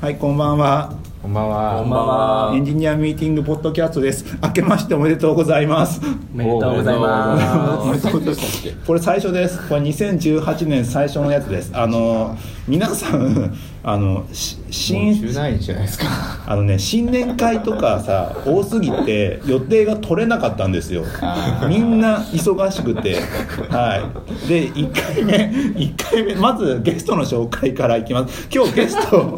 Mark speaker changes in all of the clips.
Speaker 1: はい、こんばんは。
Speaker 2: こんばんは。
Speaker 3: こんばんは
Speaker 1: エンジニアミーティングポッドキャストです。明けましておめでとうございます。
Speaker 3: おめでとうござい
Speaker 2: あ
Speaker 3: ま
Speaker 2: ー
Speaker 3: す
Speaker 2: お最初でしたっ
Speaker 1: これ最初です。これ2018年最初のやつです。あの皆さんあのし
Speaker 2: けもう
Speaker 1: 新
Speaker 2: 17日じゃないですか
Speaker 1: あのね新年会とかさ多すぎて予定が取れなかったんですよ
Speaker 2: あ。ー
Speaker 1: みんな忙しくて、はい。で1回目1回目まずゲストの紹介からいきます。今 日ゲスト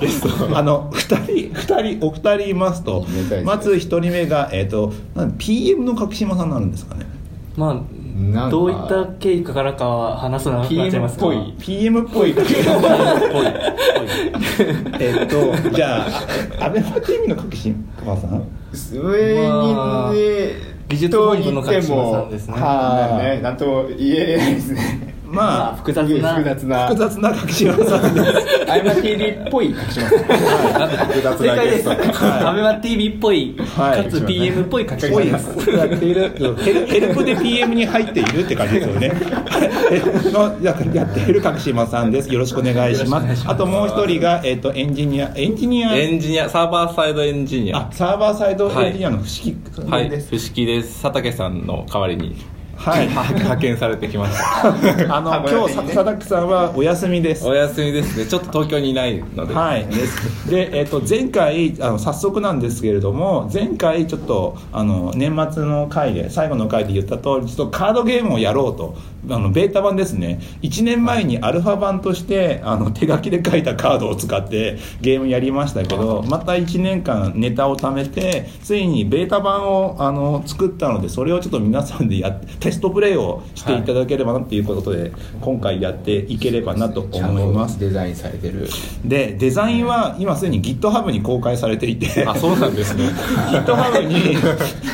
Speaker 1: あの2人2人お二人いますと
Speaker 2: めでたいですね
Speaker 1: まず1人目がえっ、となん PM の角島さんになるんですかね。
Speaker 3: ま
Speaker 2: なんか
Speaker 3: あどういった経緯かからかは話すのはなっちゃい
Speaker 2: PM
Speaker 3: ます
Speaker 2: っ
Speaker 3: が
Speaker 2: ぽい
Speaker 1: PM っぽい えっとじゃ あアベマ TV の角島さん
Speaker 2: 上にで
Speaker 3: 技術本部の勝島さんですね
Speaker 2: はいねなんとも言えないですね
Speaker 3: まあ
Speaker 1: まあ
Speaker 3: 複雑な
Speaker 2: 複雑な
Speaker 1: 複雑な角島さんです
Speaker 2: アイマティリっぽい角島さん複雑
Speaker 3: 正
Speaker 2: な
Speaker 3: 解
Speaker 2: ゲ
Speaker 3: で
Speaker 2: ス
Speaker 3: す、
Speaker 2: ト
Speaker 3: はい、アベマ TV っぽい、
Speaker 1: はい
Speaker 3: かつ PM っぽい書き
Speaker 1: 多
Speaker 3: 方
Speaker 1: い
Speaker 3: で
Speaker 1: ですすやっているヘルヘルプで PM に入っているって感じですよ ねえのややっている角島さんですよろしくお願いしますあともう一人が、えっとエンジニアエンジニア
Speaker 4: エンジニアサーバーサイドエンジニ
Speaker 1: あ
Speaker 4: ア
Speaker 1: サーバーサイドエンジニアの不思議さん
Speaker 4: はい
Speaker 1: です、
Speaker 4: 伏木です佐竹さんの代わりに
Speaker 1: はい
Speaker 4: 派派遣されてきました
Speaker 1: あの今日さ佐々木さんはお休みです
Speaker 4: お休みですねちょっと東京にいないので、
Speaker 1: はい、ですで、えっと前回あの早速なんですけれども前回ちょっとあの年末の回で最後の回で言った通りちょっとカードゲームをやろうとあのベータ版ですね1年前にアルファ版としてあの手書きで書いたカードを使ってゲームやりましたけどまた1年間ネタを貯めてついにベータ版をあの作ったのでそれをちょっと皆さんでやってテストプレイをしていただければなっていうことで、今回やっていければなと思います。
Speaker 2: デザインされてる
Speaker 1: でデザインは今すでに GitHub に公開されていて
Speaker 4: あそうなんですね
Speaker 1: GitHub に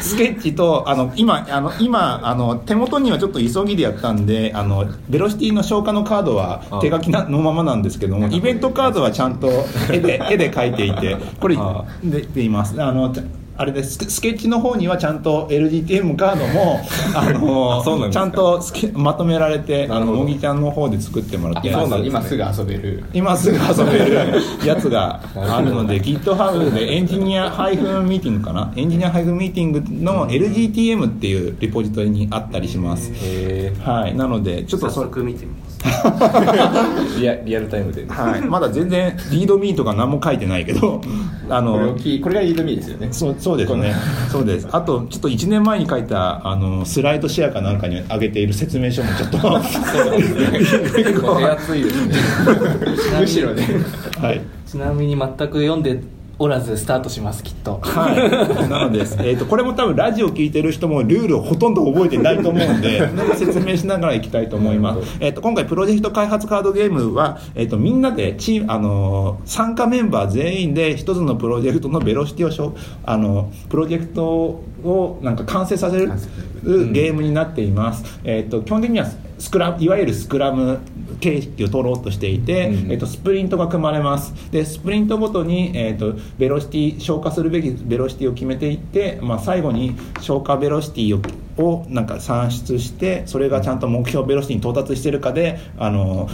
Speaker 1: スケッチとあの今あの今あの手元にはちょっと急ぎでやったんであのベロシティの消化のカードは
Speaker 4: あ
Speaker 1: 手書きなのままなんですけどもイベントカードはちゃんと絵 で絵で描いていてこれ
Speaker 4: あ
Speaker 1: 出ていますあのあれですスケスケッチの方にはちゃんと LDTM カードもあの
Speaker 4: あそうなんです
Speaker 1: ち
Speaker 4: か
Speaker 1: ゃんとスケまとめられてあ
Speaker 4: なる
Speaker 1: の
Speaker 4: ほど
Speaker 1: 茂木ちゃんの方で作ってもらってます
Speaker 2: 今すぐ遊べる
Speaker 1: 今すぐ遊べるやつがあるので GitHub でエンジニアハイフンミーティングかなエンジニアハイフンミーティングの LGTM っていうリポジトリにあったりします
Speaker 4: え
Speaker 1: はいなのでちょっと
Speaker 3: 早
Speaker 1: それ
Speaker 3: 速見てみます
Speaker 4: ー、リアリアルタイムで
Speaker 1: はいまだ全然リードミーとか何も書いてないけどあ
Speaker 2: これを
Speaker 1: の
Speaker 2: 聞いこれがリードミーですよね
Speaker 1: そうそうですねそうですあとちょっと1年前に書いたあのスライドシェアかなんかに上げている説明書もちょっと
Speaker 4: 結構手厚いですね
Speaker 2: むしろね
Speaker 1: はい
Speaker 3: ちなみに全く読んでおらずスタートしますきっと
Speaker 1: はい、なので、えー、とこれも多分ラジオ聞いてる人もルールをほとんど覚えてないと思うんで説明しながらいきたいと思います、えー、と今回プロジェクト開発カードゲームは、えー、とみんなでチーム、あのー参加メンバー全員で一つのプロジェクトのベロシティをしょ、あのープロジェクトをなんか完成させる
Speaker 2: 完成
Speaker 1: ゲームになっています、えー、と基本的にはスクラムいわゆるスクラム形式を取ろうとしていて、
Speaker 4: うん
Speaker 1: えー、とスプリントが組まれますでスプリントごとに、えー、とベロシティ消化するべきベロシティを決めていって、まあ、最後に消化ベロシティををなんか算出してそれがちゃんと目標ベロシティに到達してるかであの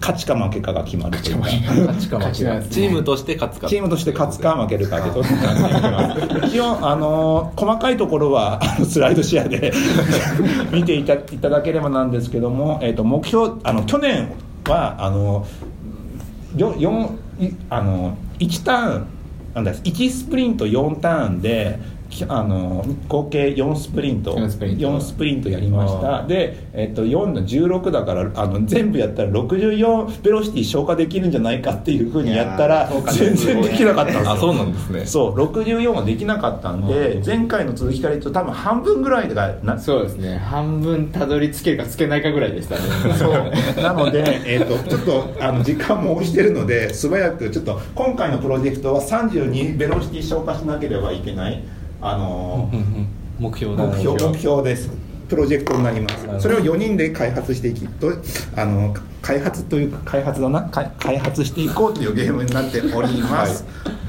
Speaker 1: 勝ちか負けかが決まるというか
Speaker 4: 勝ちか負
Speaker 2: 勝ち
Speaker 4: け
Speaker 2: な
Speaker 4: か
Speaker 2: んですね
Speaker 4: チームとして勝つか
Speaker 1: チームとして勝つか負けるかってことになっていきます一応、あのー細かいところはあのスライドシェアで 見ていたいただければなんですけども、えー、と目標あの去年はあのよよんいあの1ターンなんだ1スプリント4ターンできあの合計4スプリント
Speaker 2: 4スプリント
Speaker 1: 4スプリントやりましたで、えっと、4の16だからあの全部やったら64ベロシティ消化できるんじゃないかっていうふうにやったら
Speaker 2: いやーそうか
Speaker 1: 全然できなかったんですよ
Speaker 4: あそうなんですね
Speaker 1: そう64はできなかったんで前回の続きから言うと多分半分ぐらいがな
Speaker 2: そうですね半分たどり着けるかつけないかぐらいでしたね
Speaker 1: そうなので、 えー、とちょっとあの時間も押してるので素早くちょっと今回のプロジェクトは32ベロシティ消化しなければいけない、あのー
Speaker 3: 目標だ
Speaker 1: 目標目標ですプロジェクトになりますそれを4人で開発していきとあの開発というか開発だな開開発していこうというゲームになっております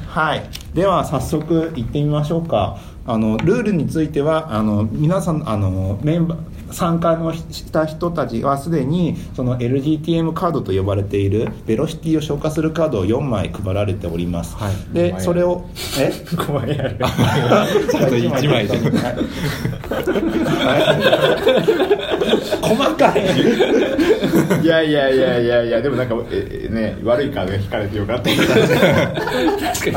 Speaker 1: はい、では早速行ってみましょうかあのルールについてはあの皆さんあのメンバー参加のした人たちはすでにその LGTM カードと呼ばれているベロシティを消化するカードを4枚配られております、
Speaker 4: はい
Speaker 1: でそれをえ
Speaker 2: 怖いやる
Speaker 1: ち
Speaker 4: ゃんと一枚で
Speaker 1: 細かい
Speaker 2: いやいやいやいやいやでもなんかええね悪いカードが引かれてよかった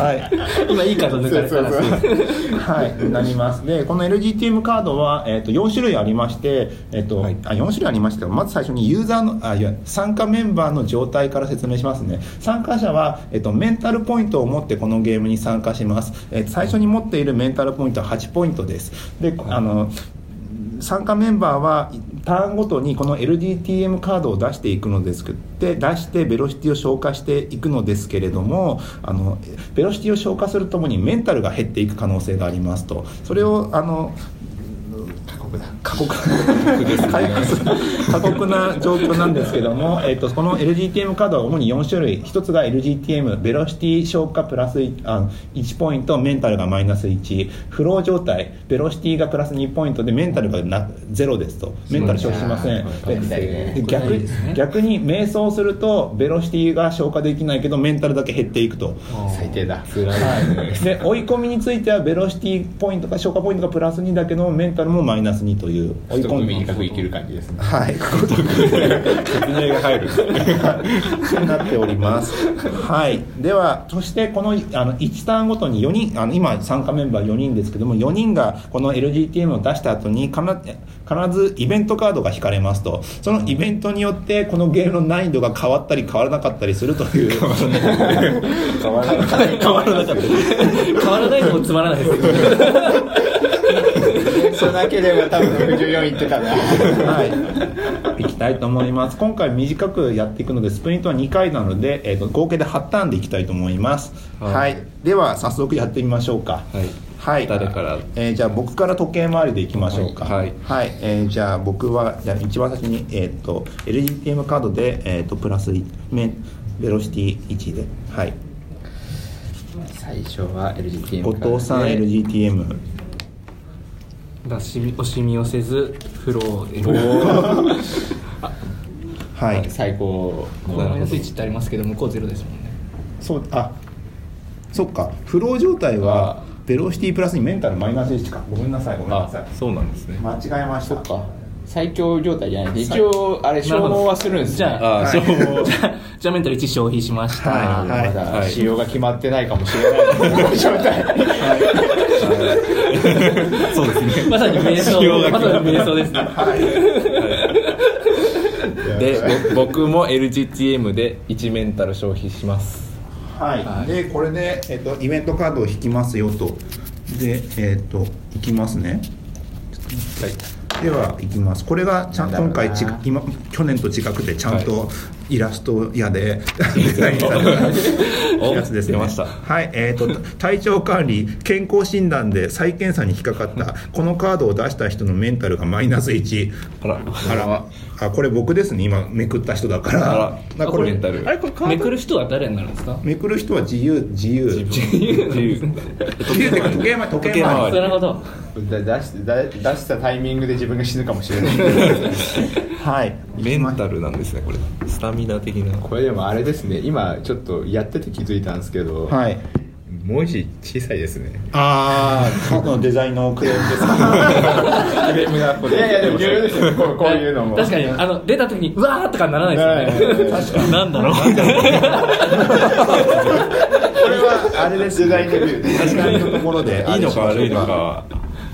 Speaker 1: はい
Speaker 3: 今いいカード抜かれたらしいです
Speaker 1: はい、なりますでこの LGTM カードは、えー、と4種類ありまして、えーと
Speaker 4: はい
Speaker 1: あ4種類ありましてまず最初にユーザーのあいや参加メンバーの状態から説明しますね参加者は、えー、とメンタルポイントを持ってこのゲームに参加します、えー最初に持っているメンタルポイントは8ポイントですであの参加メンバーはターンごとにこの LDTM カードを出していくのですけで出してベロシティを消化していくのですけれどもあのベロシティを消化するともにメンタルが減っていく可能性がありますとそれをあの過酷だ過酷回復する過酷な状況なんですけども、 えっとこの LGTM カードは主に4種類1つが LGTM ベロシティ消化プラスいあ1ポイントメンタルがマイナス1フロー状態ベロシティがプラス2ポイントでメンタルがなゼロですとメンタル消費しません
Speaker 2: そうですね
Speaker 1: でで
Speaker 3: こ
Speaker 1: 逆
Speaker 3: れいいですね
Speaker 1: 逆に瞑想するとベロシティが消化できないけどメンタルだけ減っていくと。
Speaker 2: 最低だ
Speaker 1: はい、で追い込みについてはベロシティポイントか消化ポイントがプラス2だけどメンタルもマイナス2という追い
Speaker 2: 一
Speaker 1: 込
Speaker 2: 組
Speaker 1: み
Speaker 2: にかく生きる感じですね
Speaker 1: はい、
Speaker 4: 説明が入る
Speaker 1: なっております。はい、では、そして、この、あの、一ターンごとに四人、あの、今参加メンバー4人ですけども、4人が。この L. G. T. M. を出した後に、かな、必ずイベントカードが引かれますと。そのイベントによって、このゲームの難易度が変わったり、変わらなかったりするという。
Speaker 4: 変わらない
Speaker 3: 変わらなかった変わらないのもつまらないですけど
Speaker 2: そうなければ多分64いってたな
Speaker 1: はい、いきたいと思います今回短くやっていくのでスプリントは2回なので、えー、と合計で8ターンでいきたいと思います、は
Speaker 4: はいい
Speaker 1: では早速やってみましょうか
Speaker 4: はい
Speaker 1: はい
Speaker 4: 誰から
Speaker 1: えーじゃあ僕から時計回りでいきましょうか
Speaker 4: はい
Speaker 1: はいえーじゃあ僕はじゃあ一番最初に、えー、と LGTM カードで、えー、とプラス1メベロシティ1ではい
Speaker 2: 最初は LGTM
Speaker 1: 後藤さん LGTM
Speaker 3: 出しみ惜しみをせずフローで
Speaker 1: はい
Speaker 2: 最高
Speaker 3: マイナス1ってありますけど向こうゼロですもんね
Speaker 1: そうあそっかフロー状態はベロシティプラスにメンタルマイナス1かごめんなさいごめんなさい
Speaker 4: そうなんですね
Speaker 1: 間違えました
Speaker 2: そっか最強状態じゃないです一応あれ消
Speaker 3: なるほ
Speaker 2: 耗
Speaker 3: ど
Speaker 2: はするんですね
Speaker 3: じゃあ
Speaker 4: ああそう
Speaker 3: じゃあメンタル1消費しました、
Speaker 1: はい
Speaker 2: まだ
Speaker 4: はい
Speaker 2: 使用が決まってないかもしれない状態
Speaker 4: そうですね
Speaker 3: まさに瞑想
Speaker 4: 使用が
Speaker 3: まさに瞑想ですね
Speaker 4: でぼ僕も LGTM で1メンタル消費します
Speaker 1: はい、でこれで、えっとイベントカードを引きますよとでえっ、といきますねではいきますこれがちゃん今回ち今去年と違くてちゃんとイラスト屋でデザインされた
Speaker 4: お
Speaker 1: やつですね
Speaker 4: 出ました
Speaker 1: はいえー、と体調管理健康診断で再検査に引っかかったこのカードを出した人のメンタルがマイナス1
Speaker 4: あら
Speaker 1: あらあこれ僕ですね今めくった人だから
Speaker 4: あら
Speaker 1: だからこれ
Speaker 4: メンタル
Speaker 1: あれこれカード
Speaker 3: めくる人は誰になるんですか
Speaker 1: めくる人は自由自由
Speaker 4: 自由
Speaker 1: 自由ってか時計回り時計回
Speaker 4: は
Speaker 1: り
Speaker 4: い
Speaker 3: なるほど
Speaker 2: だ出しだ出したタイミングで自分が死ぬかもしれ ない
Speaker 1: はい
Speaker 4: メンタルなんですねこれスタミナ的な
Speaker 2: これでもあれですね今ちょっとやってて気づいたんですけど、
Speaker 1: はい
Speaker 2: 文字小さいですね
Speaker 1: ああカードのデザインのクレーム です
Speaker 2: いやいやでも重要ですよこうこういうのも
Speaker 3: 確かにあの出た時にうわーとかならないですよね
Speaker 2: はい
Speaker 3: なんだろう
Speaker 2: これはあれですデザインレビューで
Speaker 1: デザインのところで
Speaker 4: いいのか
Speaker 1: あれ
Speaker 4: 悪
Speaker 1: しましょ
Speaker 4: いの
Speaker 1: う
Speaker 4: かは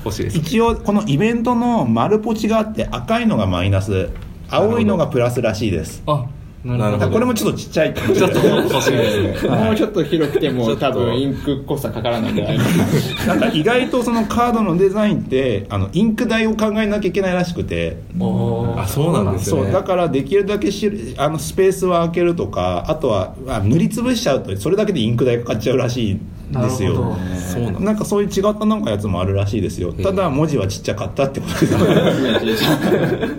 Speaker 4: 欲しいです
Speaker 1: 一応このイベントの丸ポチがあって赤いのがマイナス青いのがプラスらしいです
Speaker 3: あなるほ
Speaker 1: だからこれもちょっとちっちゃい感じで
Speaker 4: 欲しいですね
Speaker 1: はい
Speaker 2: もうちょっと広くて
Speaker 4: ちょ
Speaker 2: も
Speaker 4: っと
Speaker 2: 多分インクっぽさかからないんじゃないか
Speaker 1: なんか意外とそのカードのデザインってあのインク代を考えなきゃいけないらしくて
Speaker 3: どお
Speaker 4: あ
Speaker 3: ー
Speaker 4: そうなんです
Speaker 1: そう
Speaker 4: ね
Speaker 1: だからできるだけしあのスペースは空けるとかあとはあ塗りつぶしちゃうとそれだけでインク代かかっちゃうらしいんです
Speaker 3: なる
Speaker 1: よ
Speaker 3: ほど
Speaker 4: そうなんだ
Speaker 1: なんかそういう違ったなんかやつもあるらしいですよただ文字はちっちゃかったってことです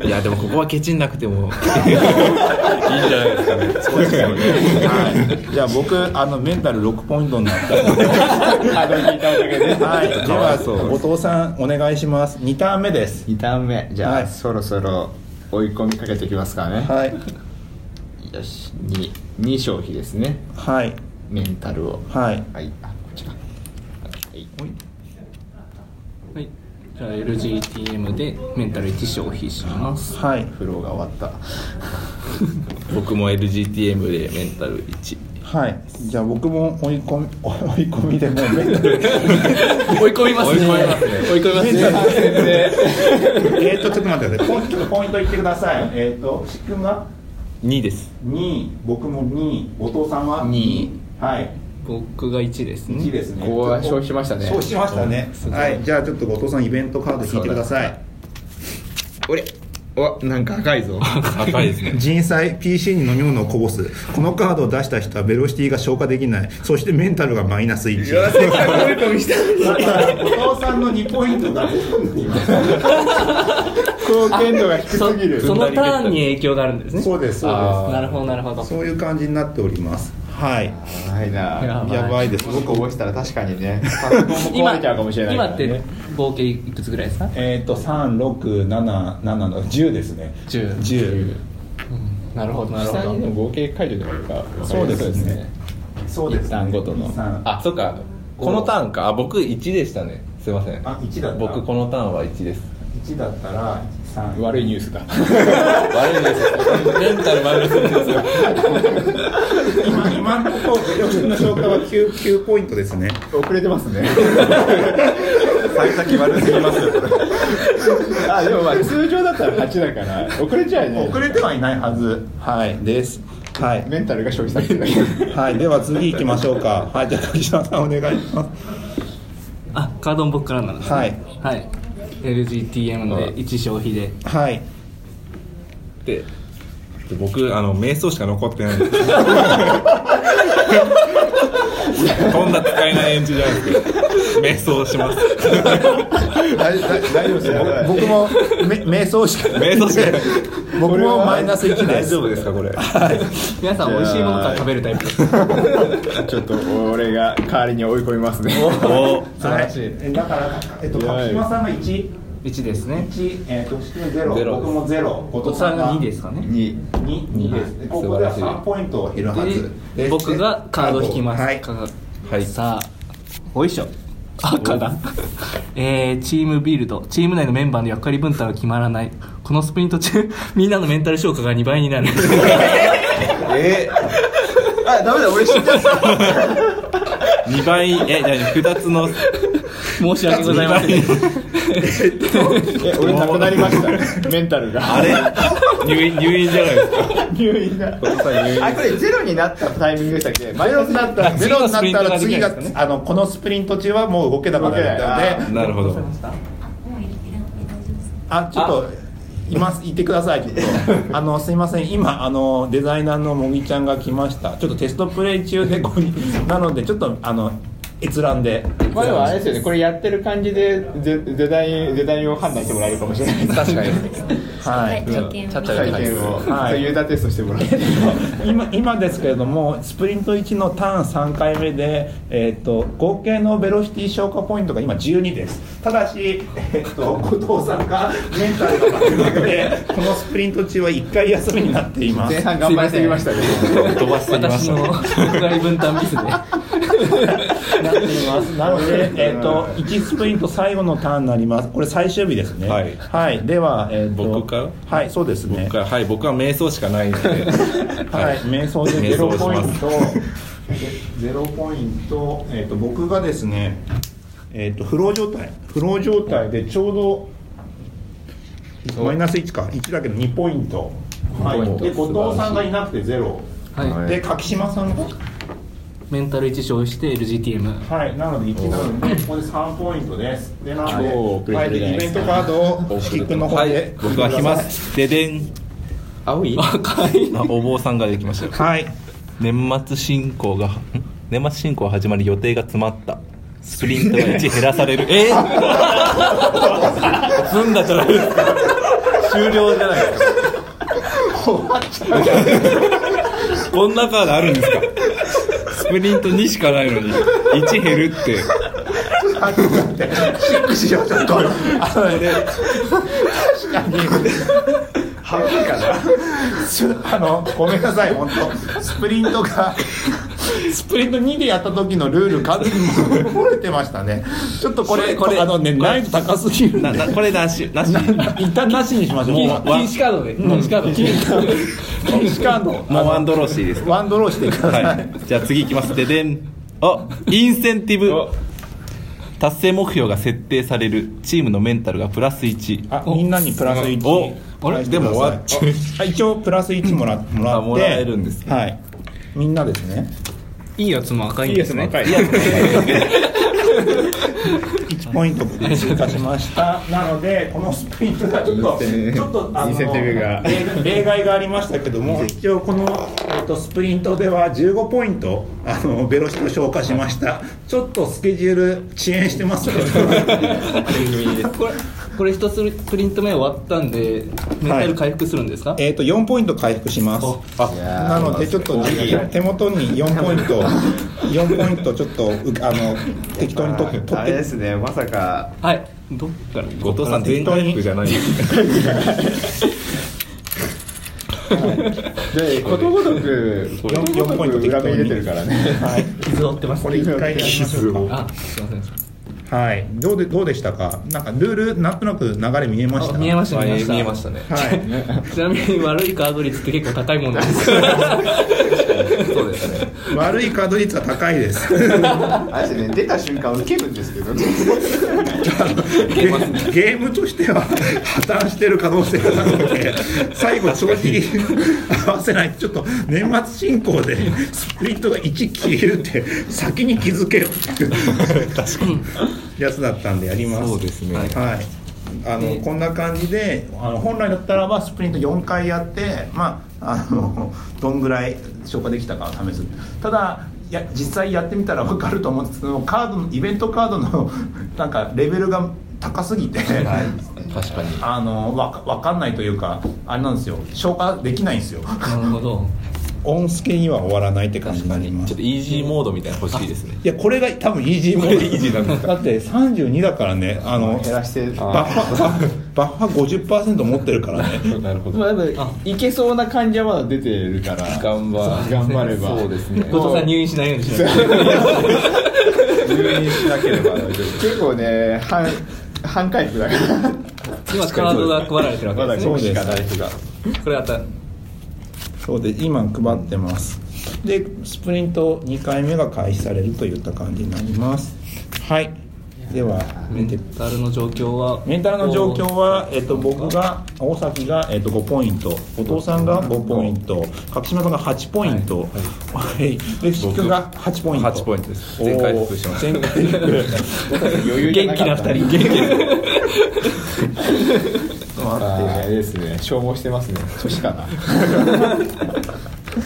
Speaker 4: いやでもここはケチんなくてもいいんじゃじゃないですかね
Speaker 1: はい、じゃあ僕あのメンタル6ポイントにな ったので、
Speaker 2: あの聞いたおかげで
Speaker 1: はい、では後藤さんお願いします2ターン目です
Speaker 2: 2ターン目じゃあ、
Speaker 1: はい
Speaker 2: そろそろ追い込みかけていきますからね、
Speaker 1: はい
Speaker 2: よし 2, 2消費ですね
Speaker 1: はい
Speaker 2: メンタルを
Speaker 1: はい
Speaker 2: はいあこっちかはい
Speaker 3: はいじゃあ LGTM でメンタル1消費します
Speaker 1: はい
Speaker 2: フローが終わった
Speaker 4: 僕も LGTM でメンタル1
Speaker 1: はいじゃあ僕も追い込み 追い込みでもうメンタル
Speaker 3: 追い込みますね
Speaker 4: 追い込みます
Speaker 3: 追い込
Speaker 4: ね
Speaker 3: みますね
Speaker 1: えーっとちょっと待ってくださいポイントポイント言ってくださいえーっと仕組みが
Speaker 4: 2です
Speaker 1: 2僕も2後藤さんは
Speaker 2: 二
Speaker 1: はい
Speaker 3: 僕が1ですね
Speaker 1: 1ですね
Speaker 2: ここは消費しましたね
Speaker 1: 消費しましたね
Speaker 3: そう
Speaker 1: はいじゃあちょっと後藤さんイベントカード引いてください
Speaker 2: 俺おなんか赤いぞ
Speaker 4: 赤いですね
Speaker 1: 人災 PC に飲み物をこぼすこのカードを出した人はベロシティが消化できないそしてメンタルがマイナス1後藤さんの2ポイントが
Speaker 2: 貢献度が低すぎる
Speaker 3: そのターンに影響があるんですね
Speaker 1: そうですそう
Speaker 3: なるほどなるほど
Speaker 1: ですそういう感じになっておりますはい
Speaker 2: ないな
Speaker 1: やばいです
Speaker 2: 僕こぼしたら確かに ねパソコンも壊れちゃうかもしれないか
Speaker 3: 今
Speaker 2: ら
Speaker 3: っ
Speaker 2: ね
Speaker 3: て合計いくつぐらいですか
Speaker 1: えっと3677の10ですね
Speaker 3: 10
Speaker 1: 10
Speaker 3: なるほどなるほ
Speaker 4: 下に
Speaker 3: ど
Speaker 4: でも合計解除でもいいか
Speaker 1: そうですねそうです
Speaker 4: 一旦ごとの
Speaker 1: あ
Speaker 4: あそっかこのターンかあ僕1でしたねすいません
Speaker 1: あ1だった
Speaker 4: 僕このターンは1です
Speaker 1: 1だったら3
Speaker 2: 悪いニュースだ
Speaker 4: 悪いです メンタルマイナス1ですよ
Speaker 1: 今今のところベロシティの消化は 9, 9ポイントですね
Speaker 2: 遅れてますね
Speaker 1: 幸先悪すぎますよ
Speaker 2: あでもまあ通常だったら8だから遅れちゃうね
Speaker 1: 遅れてはいないはずはいですはい
Speaker 2: メンタルが消費されてる
Speaker 1: はい、では次行きましょうか。はい、じゃあ滝島さんお願いします。
Speaker 3: あカードも僕からなんですね
Speaker 1: はい
Speaker 3: はい LGTM で1消費で
Speaker 1: はい。
Speaker 4: で僕あの瞑想しか残ってないんです とんだ使えない演じじゃないですけど瞑想します
Speaker 2: 大大大丈夫ですよ
Speaker 1: 僕もめ瞑想しか
Speaker 4: 瞑想しかない
Speaker 1: 僕もマイナス1です。
Speaker 4: 大丈夫ですかこれ
Speaker 3: 皆さん美味しいものから食べるタイプです
Speaker 2: ちょっと俺が代わりに追い込みますね
Speaker 4: お
Speaker 1: 素晴らしい。えだからえっと滝島さんが1、
Speaker 3: 1ですね
Speaker 1: 1えっとして
Speaker 4: ゼ
Speaker 1: 0、
Speaker 4: ロ
Speaker 1: 僕も0、
Speaker 3: お
Speaker 1: 後
Speaker 3: 子さんが2です
Speaker 1: か。
Speaker 3: かね
Speaker 2: に
Speaker 1: 2、2です。でここでは3ポイント減るはずで。
Speaker 3: です僕がカード引きます、
Speaker 1: はい。
Speaker 3: カード
Speaker 4: はい
Speaker 3: さあおいしょ赤だえー、チームビルドチーム内のメンバーの役割分担が決まらないこのスプリント中 みんなのメンタル消化が2倍になる
Speaker 2: えー、あダメだ俺死んじゃった
Speaker 4: 2倍え何2つの
Speaker 3: 申し訳ございません
Speaker 2: え俺亡くなりましたメンタルが
Speaker 4: あれ入院入院じゃないですか
Speaker 2: 入院だあこれゼロになったタイミングでしたっけマイナスになった
Speaker 1: ゼロになったら次
Speaker 4: 次が
Speaker 1: が
Speaker 4: スプリントができないです
Speaker 1: あのこのスプリント中はもう動けなくなる
Speaker 2: 動けない
Speaker 1: ので。
Speaker 4: なるほど
Speaker 5: もう入れて大丈夫です。
Speaker 1: あちょっと今言ってくださいちょっと あのすいません今あのデザイナーのもぎちゃんが来ましたちょっとテストプレイ中でここになのでちょっとあの閲覧で
Speaker 2: まあでもあれですよねこれやってる感じでデデザインデザインを判断してもらえるかもしれない
Speaker 4: 確かに
Speaker 1: はい
Speaker 5: 条件を
Speaker 4: ちゃっちゃ
Speaker 2: 体
Speaker 4: はい
Speaker 2: 験を、
Speaker 1: はい
Speaker 2: ユーザーテストしてもらって
Speaker 1: 今今ですけれどもスプリント1のターン3回目で、えー、と合計のベロシティ消化ポイントが今12ですただし、えー、と後藤さんがメンタルが悪くてこのスプリント中は1回休みになっていま
Speaker 2: 前
Speaker 1: す
Speaker 2: 半頑張りすぎましたけど
Speaker 4: 飛ばしすぎま
Speaker 3: 私
Speaker 4: した
Speaker 3: の役割分担ミスで
Speaker 1: なっています。なので、えっ、と、一スプリント最後のターンになります。これ最終日ですね。
Speaker 4: はい
Speaker 1: はい、では、えっ、と。
Speaker 4: 僕から
Speaker 1: はい、そうですね。
Speaker 4: 僕ははい僕は瞑想しかないので
Speaker 1: はい、瞑想でゼ
Speaker 4: 瞑
Speaker 1: ロ
Speaker 4: 想をし
Speaker 1: ポイ
Speaker 4: ま
Speaker 1: ン
Speaker 4: す
Speaker 1: ト。ゼロポイント、えっ、と、僕がですね。えっ、と、フロー状態。フロー状態でちょうど。マイナス1か1だけど2ポイントはい
Speaker 4: ポイント
Speaker 1: で後藤さんがいなくてゼロ
Speaker 3: はい
Speaker 1: で柿島さんが
Speaker 3: メンタル1消費して LGTM
Speaker 1: はい、なので1なので、ここで3ポイントです。で、な
Speaker 2: お
Speaker 1: の
Speaker 2: ー
Speaker 1: で、はい、でイベントカードを、キックの方
Speaker 4: は
Speaker 1: で
Speaker 4: い、僕は暇すででん
Speaker 2: 青い
Speaker 3: 赤い
Speaker 4: あお坊さんができましたよ
Speaker 1: はい、
Speaker 4: 年末進行がん年末進行始まり予定が詰まったスプリントが1減らされるえー、済んだじゃないですか終了じゃないですかこんなカードあるんですかスプリント2しかないのに1減るって
Speaker 2: シックしようちょっとハブかな
Speaker 1: あのごめんなさい本当スプリントがスプリント2でやった時のルール完全に漏れてましたねちょっとこれこれあのね難易度高すぎるん
Speaker 4: な
Speaker 1: で
Speaker 4: なこれなしなし
Speaker 1: 一旦なしにしましょうもう
Speaker 3: 禁止カードで禁止カードで
Speaker 1: 禁止カード
Speaker 4: もうワンドローしていいですか
Speaker 1: ワンドローしてください、
Speaker 4: はい、じゃあ次いきますででんあインセンティブ達成目標が設定されるチームのメンタルがプラス1
Speaker 1: あみんなにプラス1
Speaker 4: おあれでも終わっちゃう
Speaker 1: う一応プラス1もらもら
Speaker 4: あ
Speaker 1: って
Speaker 4: もらえるんですね
Speaker 1: はいみんなですね
Speaker 3: いいやつも赤いんですね
Speaker 2: いや
Speaker 1: 1ポイント追加しましたなのでこのスプリントがちょっとちょっとあ
Speaker 2: イン
Speaker 1: の
Speaker 2: センティブが
Speaker 1: 例例外がありましたけども一応この、えっと、スプリントでは15ポイントあのベロシと消化しましたちょっとスケジュール遅延してますけど
Speaker 3: これこれ一つプリント目終わったんでメンタル回復するんですか
Speaker 1: えっと4ポイント回復しますあ
Speaker 2: やー
Speaker 1: なのでちょっと
Speaker 2: いや
Speaker 1: 手元に4ポイント4ポイントちょっとうあの適当に取って取
Speaker 2: あ
Speaker 1: っ
Speaker 2: れ
Speaker 1: て
Speaker 2: ですねまさか
Speaker 3: はいどっから
Speaker 4: 後藤さん全回復じゃない
Speaker 2: でことごとく
Speaker 1: れ
Speaker 2: ことごとく裏目に出てるからね
Speaker 1: はい
Speaker 3: 傷負ってます
Speaker 1: これ1回やりましょうか
Speaker 3: あすいません
Speaker 1: はい、どうでどうでしたか、なんかルール、なんとなく流れ見えました
Speaker 3: あ見えました見えました
Speaker 4: 見えましたね
Speaker 1: はい、
Speaker 3: ちなみに悪いカード率って結構高いもんなんですか
Speaker 4: そうですね
Speaker 1: 悪いカード率は高いです、
Speaker 2: あれですね出た瞬間受けるんですけどね
Speaker 1: ゲゲームとしては破綻してる可能性があるので、最後、正直合わせないと、ちょっと年末進行でスプリントが1消えるって、先に気づけよっていうやつだったんで、やります。
Speaker 4: そうですね
Speaker 1: はい、あのこんな感じであの本来だったらばスプリント4回やって、まあ、あの どんぐらい消化できたかを試すただいや実際やってみたら分かると思うんですけどカードのイベントカードの なんかレベルが高すぎて、
Speaker 4: 確かに
Speaker 1: あのわかわかんないというかあれなんですよ消化できないんですよ
Speaker 3: なるほど
Speaker 1: 音付けには終わらないって感じになりま
Speaker 4: ちょっとイージーモードみたいなの欲しいですね
Speaker 1: いや これが多分イージーモードイージーなんですかだって32だからねあの
Speaker 2: 減らして
Speaker 1: バッファバッファ50%持ってるからね
Speaker 4: なるほ
Speaker 2: まあ、でもいけそうな感じはまだ出てるから
Speaker 4: 頑張
Speaker 2: 頑張れば
Speaker 4: そうですね
Speaker 3: 後藤さん入院しないようにしない
Speaker 2: 入院しなければ結構ね半半回復だから
Speaker 3: 今カードが配られてるわ
Speaker 2: まだ
Speaker 3: けですね
Speaker 2: 5しかない人が
Speaker 3: これあった
Speaker 1: そうで今配ってますでスプリント2回目が開始されるといった感じになりますはいでは
Speaker 3: メ
Speaker 1: 見て
Speaker 3: ンタルの状況は
Speaker 1: メンタルの状況は、えっと、僕が大崎が、えっと、5ポイント後藤さんが5ポイント柿島さんが8ポイント、はいで菊君が8ポイント
Speaker 4: 8ポイントです全回復しました
Speaker 1: おー全回 復
Speaker 2: 余裕
Speaker 3: 元気な2人
Speaker 2: あーあれですね消耗してますね年かな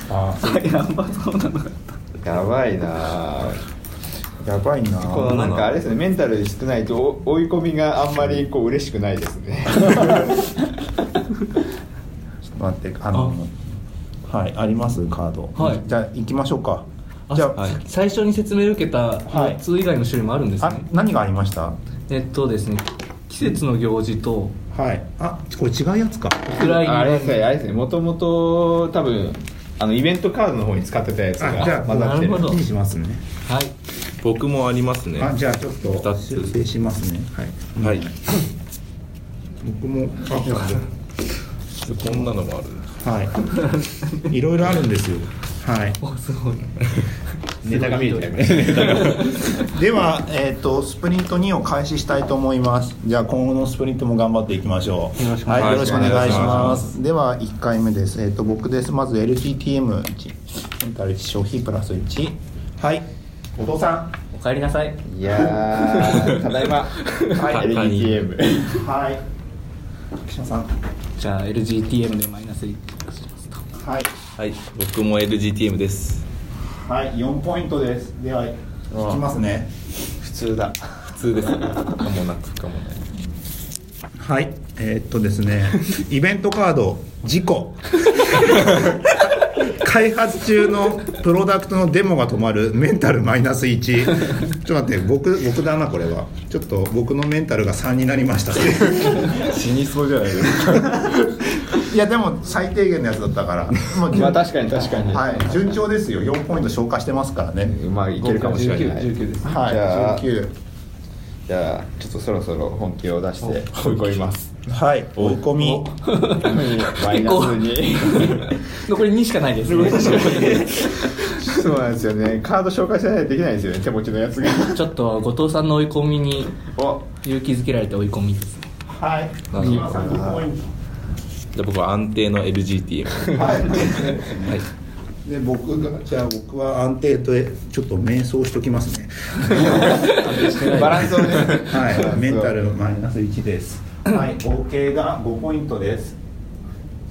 Speaker 1: あ
Speaker 2: やばいな
Speaker 1: ーやばいな
Speaker 2: このなんかあれですねメンタル少ないと追い込みがあんまりこう嬉しくないですね
Speaker 1: ちょっと待ってあのはいありますカード、
Speaker 3: はい
Speaker 1: じゃあ行きましょうか
Speaker 3: あ
Speaker 1: じゃあ、
Speaker 3: 最初に説明を受けた
Speaker 1: はい
Speaker 3: 4つ以外の種類もあるんですね、
Speaker 1: あ何がありました
Speaker 3: えっとですね季節の行事と
Speaker 1: はいあこれ違うやつか
Speaker 3: ウクライナ
Speaker 2: あれですねあれですねもともと多分あのイベントカードの方に使ってたやつ
Speaker 1: あじゃ
Speaker 2: が
Speaker 1: あ
Speaker 2: 混ざって
Speaker 3: なるほ
Speaker 2: る
Speaker 3: ど
Speaker 1: にしますね
Speaker 3: はい
Speaker 4: 僕もありますね
Speaker 1: あじゃあちょっと
Speaker 4: 二つ
Speaker 1: 修正しますねはい
Speaker 4: はい
Speaker 1: 僕もあじゃ
Speaker 4: こんなのもある
Speaker 1: あはいい ろいろあるんですよはい
Speaker 3: おすごい
Speaker 2: ネタが見えちゃいました
Speaker 1: では、えー、とスプリント2を開始したいと思いますじゃあ今後のスプリントも頑張っていきましょう
Speaker 3: よろしくお
Speaker 1: はい
Speaker 3: 願いします
Speaker 1: よろしくお願いしますでは1回目です、えー、と僕ですまず LGTM1 メンタル1消費プラス1はいお父さん
Speaker 3: おかえりなさい
Speaker 2: いやーただいま
Speaker 1: は
Speaker 2: はいい LDTM
Speaker 1: はい福島さん
Speaker 3: じゃあ LGTM でマイナス1しますと
Speaker 1: はい
Speaker 4: はい僕も LGTM です
Speaker 1: はい4ポイントですでは引きますね
Speaker 2: 普通だ
Speaker 4: 普通ですねかもなくかもない
Speaker 1: はい えーっとですねイベントカード事故帰 開発中のプロダクトのデモが止まるメンタルマイナス1ちょっと待って僕僕だなこれはちょっと僕のメンタルが3になりました
Speaker 2: 死にそうじゃないですか
Speaker 1: いやでも最低限のやつだった からもう順
Speaker 2: まあ確かに確かに
Speaker 1: はい、順調ですよ4ポイント消化してますからね
Speaker 2: まあいけるかもしれない
Speaker 3: 19です
Speaker 1: はい
Speaker 2: じゃあ
Speaker 1: 19
Speaker 2: じゃあちょっとそろそろ本気を出して追い込みます
Speaker 1: はい追い込み
Speaker 2: マイナスに
Speaker 3: 残り2しかないです、ね、
Speaker 2: そうなんですよねカード紹介しないとできないんですよね手持ちのやつが
Speaker 3: ちょっと後藤さんの追い込みに
Speaker 2: お
Speaker 3: 勇気づけられて追い込みですね
Speaker 1: はい
Speaker 4: なるほどじゃあ僕は安定の LGTM はい
Speaker 1: で僕がじゃあ僕は安定とえちょっと瞑想しときます ね
Speaker 2: バランスをね
Speaker 1: はいメンタルマイナス1ですはい合計が5ポイントです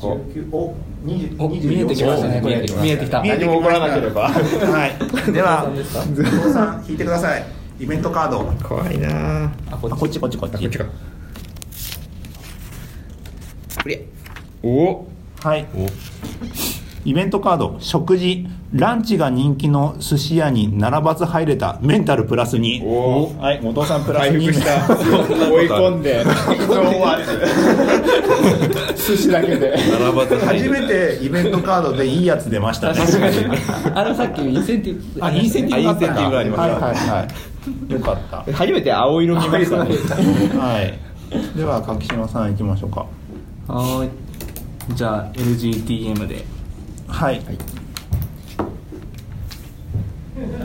Speaker 2: お
Speaker 1: 19お20
Speaker 3: お見えてきましたね
Speaker 1: 24
Speaker 3: 見えて見えてきた
Speaker 1: 見えて
Speaker 2: 何も起こらなければ
Speaker 1: はいでは
Speaker 3: 後藤さん
Speaker 1: 後藤さん引いてくださいイベントカード
Speaker 2: 怖いな
Speaker 3: あこっち
Speaker 1: こっちこっちこっち
Speaker 2: お
Speaker 1: はい
Speaker 4: お
Speaker 1: イベントカード食事ランチが人気の寿司屋に並ばず入れたメンタルプラス2
Speaker 2: お
Speaker 1: はい後藤さんプラス
Speaker 2: 回
Speaker 1: 2
Speaker 2: 復した追い込んで思わず 寿司だけで
Speaker 4: 並ばず入
Speaker 1: 初
Speaker 4: る
Speaker 1: めてイベントカードでいいやつ出ましたね
Speaker 3: あのさっきインセンティブ
Speaker 1: あインセンティブがあったか
Speaker 4: インセンティブがありました
Speaker 1: はいはいはいよかった
Speaker 2: 初めて青色見ましたね
Speaker 1: はいでは柿島さん行きましょうか
Speaker 3: はーいじゃあ LGTM で
Speaker 1: はい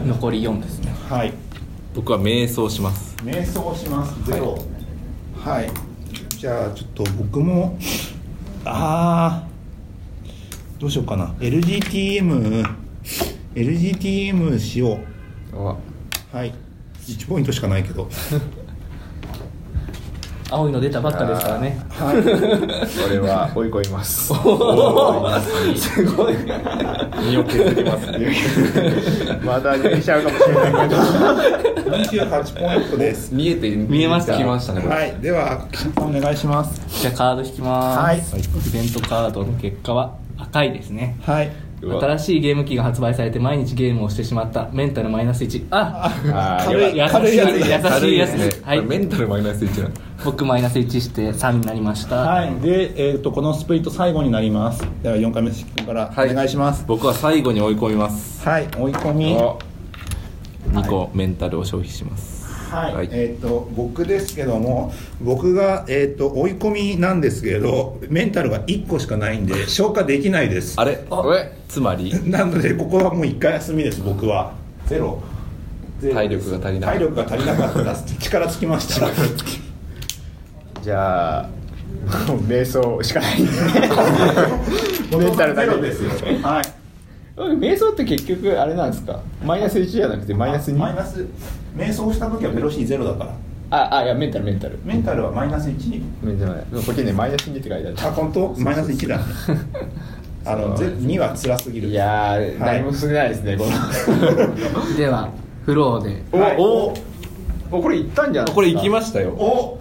Speaker 3: 残り4ですね
Speaker 1: はい
Speaker 4: 僕は瞑想します
Speaker 1: 瞑想しますゼロはい、じゃあちょっと僕もああどうしようかな LGTM LGTM しよ
Speaker 2: お
Speaker 1: うはい1ポイントしかないけど
Speaker 3: 青いの出たばっかですからね
Speaker 2: これは追い込み ます
Speaker 3: すごい
Speaker 2: 身を削りますまた入院しちゃうかもしれないけど
Speaker 1: 28ポイントです
Speaker 4: 見えて
Speaker 3: 見えました
Speaker 4: きましたねこ れ
Speaker 1: はいでは柿島さんお願いします
Speaker 3: じゃあカード引きます、
Speaker 1: はい
Speaker 3: イベントカードの結果は赤いですね
Speaker 1: はい
Speaker 3: 新しいゲーム機が発売されて毎日ゲームをしてしまったメンタルマイナス1あ
Speaker 2: あー
Speaker 1: 軽い
Speaker 2: やば
Speaker 3: 優しい
Speaker 1: 軽いや
Speaker 3: 優しいやつ
Speaker 4: 軽
Speaker 3: です
Speaker 4: ね
Speaker 3: はい
Speaker 4: これメンタルマイナス1なん
Speaker 3: 僕マイナス1して3になりました、
Speaker 1: はいで、えー、とこのスプリット最後になりますでは4回目からお願いします
Speaker 4: 僕は最後に追い込みます
Speaker 1: はい、追い込み
Speaker 2: お
Speaker 4: 2個メンタルを消費します
Speaker 1: はい、
Speaker 4: はい
Speaker 1: えっ、と僕ですけども僕がえっ、と追い込みなんですけどメンタルが1個しかないん で消化できないです
Speaker 4: あれ
Speaker 2: え
Speaker 4: つまり
Speaker 1: なのでここはもう1回休みです僕はゼロゼロ
Speaker 4: 体力が足りない
Speaker 1: 体力が足りなかったです力つきま した
Speaker 2: じゃあもう瞑想しかないメンタルだ
Speaker 1: ゼ
Speaker 2: け
Speaker 1: ロですよはい
Speaker 2: 瞑想って結局あれなんですかマイナス1じゃなくてマイナス 2?
Speaker 1: マイナス瞑想した時はベロシーゼロだから
Speaker 2: ああいやメンタルメンタル
Speaker 1: メンタルはマイナス1に
Speaker 2: メンタルでもこっちねマイナス2って書いてあ
Speaker 1: あ本当マイナス1だ あのゼ2は辛すぎ
Speaker 2: る
Speaker 1: る
Speaker 2: いやー、
Speaker 1: はい
Speaker 2: 何も進んでないですねこ
Speaker 3: ではフローで
Speaker 2: の
Speaker 1: はい
Speaker 2: おおおこれいったんじゃないですか
Speaker 4: これ行きましたよ
Speaker 1: お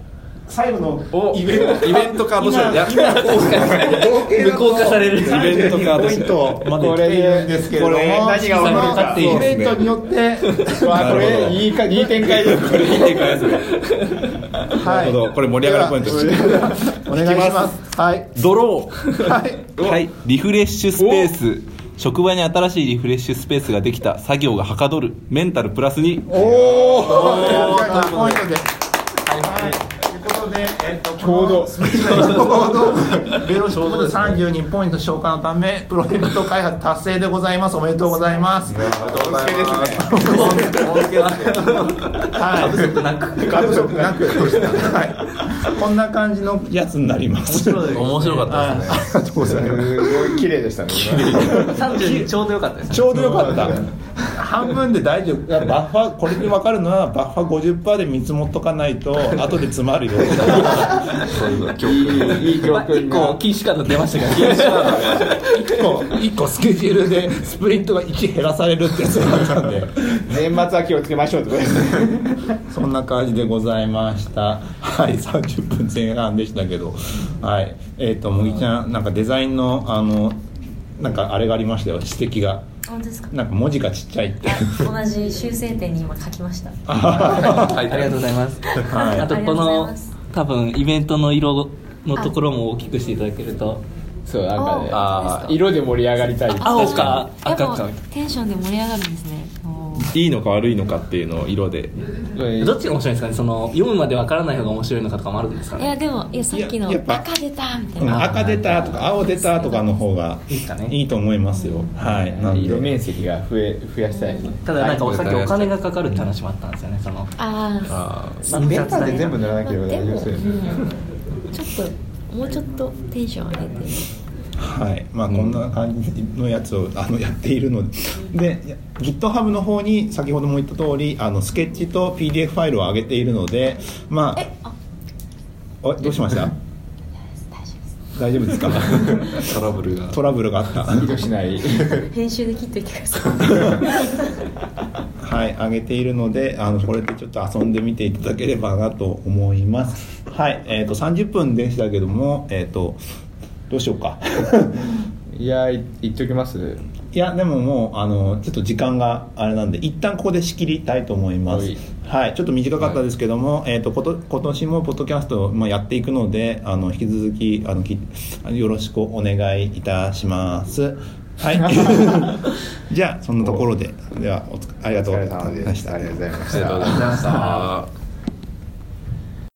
Speaker 1: 最後の
Speaker 4: お
Speaker 1: イベン ト
Speaker 4: イベントカードショー
Speaker 1: 今
Speaker 4: やっ
Speaker 1: 今
Speaker 3: 無効化されるイ
Speaker 4: ベントカードショー
Speaker 1: ポイントまで来ているんですけれども
Speaker 2: これ何が起こる
Speaker 1: の
Speaker 3: か
Speaker 1: イベントによって
Speaker 2: わこ
Speaker 4: なるほ
Speaker 2: れ
Speaker 4: ど
Speaker 2: いいかいい展開ですこれ
Speaker 4: 見てください
Speaker 1: は
Speaker 4: なるほどこれ盛り上がるポイント
Speaker 1: ではお願いしますはい
Speaker 4: ドロー
Speaker 1: はい
Speaker 4: はいリフレッシュスペース職場に新しいリフレッシュスペースができた作業がはかどるメンタルプラスに
Speaker 1: おお5ポイントではいということで、えっと、ち
Speaker 2: ょうど
Speaker 1: ちょうどベロシップ32ポイント消化のためプロジェクト開発達成でございますおめでとうございますはい、過不足なくはい、こんな感じのやつになります。面
Speaker 4: 面白かっ
Speaker 1: ありが
Speaker 4: たですね
Speaker 1: とうございます。
Speaker 2: すごい綺麗でしたね
Speaker 3: 32ちょうどよかったです
Speaker 1: ちょうどよかった。半分で大丈夫。バッファこれで分かるのはバッファ50パーで見積もっとかないと後で詰まるよ。
Speaker 2: 今いいいい教
Speaker 3: まあ
Speaker 2: 訓
Speaker 3: 1
Speaker 2: が
Speaker 3: 個禁止カード出ましたから
Speaker 1: 一個一個スケジュールでスプリントが1減らされるってやつだったんで。
Speaker 2: 年末は気をつけましょうってことですね
Speaker 1: そんな感じでございました。はい、30分前半でしたけど、はい、えっ、と、もぎちゃん、なんかデザインの、あの。なんかあれがありましたよ指摘が
Speaker 5: 本当ですか
Speaker 1: なんか文字がちっちゃいって
Speaker 5: 同じ修正点に今書きました
Speaker 3: ありがとうございます。
Speaker 1: はい
Speaker 3: あと
Speaker 5: あり
Speaker 3: こ
Speaker 5: がとうござい
Speaker 3: の
Speaker 5: ます
Speaker 3: 多分イベントの色のところも大きくしていただけると、
Speaker 2: そうなんかね
Speaker 5: あー
Speaker 2: 色で盛り上がりたい
Speaker 3: 青か
Speaker 5: やっ
Speaker 3: 赤
Speaker 5: ぱ
Speaker 3: か。
Speaker 5: テンションで盛り上がるんですねおー
Speaker 4: いいのか悪いのかっていうのを色で
Speaker 2: うん
Speaker 3: どっちが面白いんですかね。その読むまでわからない方が面白いのかとかもあるんですか
Speaker 5: いや
Speaker 3: ね。
Speaker 5: でもいやさっきの
Speaker 1: いややっぱ
Speaker 5: 赤出たみたい
Speaker 1: うん
Speaker 5: な
Speaker 1: 赤出たとか青出たとかの方が
Speaker 3: いいですかね
Speaker 1: いいと思いますよはいなん
Speaker 2: 色
Speaker 1: で
Speaker 2: 面積が増え増やしたい
Speaker 3: ただなんかお
Speaker 2: はい
Speaker 3: 酒お金がかかるって話もあったんですよね。その
Speaker 5: あ
Speaker 2: まあペーパーで全部塗らなければ大丈夫ですよね
Speaker 5: あちょっともうちょっとテンション上げて
Speaker 1: はいまあこんな感じのやつをあのやっているのででいや GitHub の方に先ほども言った通りあのスケッチと PDF ファイルを上げているのでまあ
Speaker 5: えあ
Speaker 1: おどうしました
Speaker 5: 大丈夫です
Speaker 1: 大丈夫ですか
Speaker 4: トラブルが
Speaker 1: トラブルがあった
Speaker 2: 意図しない
Speaker 5: 編集で切っといてください
Speaker 1: はい、上げているので、あの、これでちょっと遊んでみていただければなと思います。はい、えっ、と、30分でしたけども、えっ、と、どうしようか。
Speaker 2: いやーい言っときます
Speaker 1: いや、でももう、あの、ちょっと時間があれなんで、一旦ここで仕切りたいと思います
Speaker 2: はい。
Speaker 1: はい、ちょっと短かったですけども、えっ、と、こと、今年もポッドキャスト、まあ、やっていくので、あの、引き続き、あの、きよろしくお願いいたします。 はい。じゃあ、そんなところで、では、おつ、ありがとうございました。
Speaker 2: ありがとうございまし
Speaker 4: ありがとうございました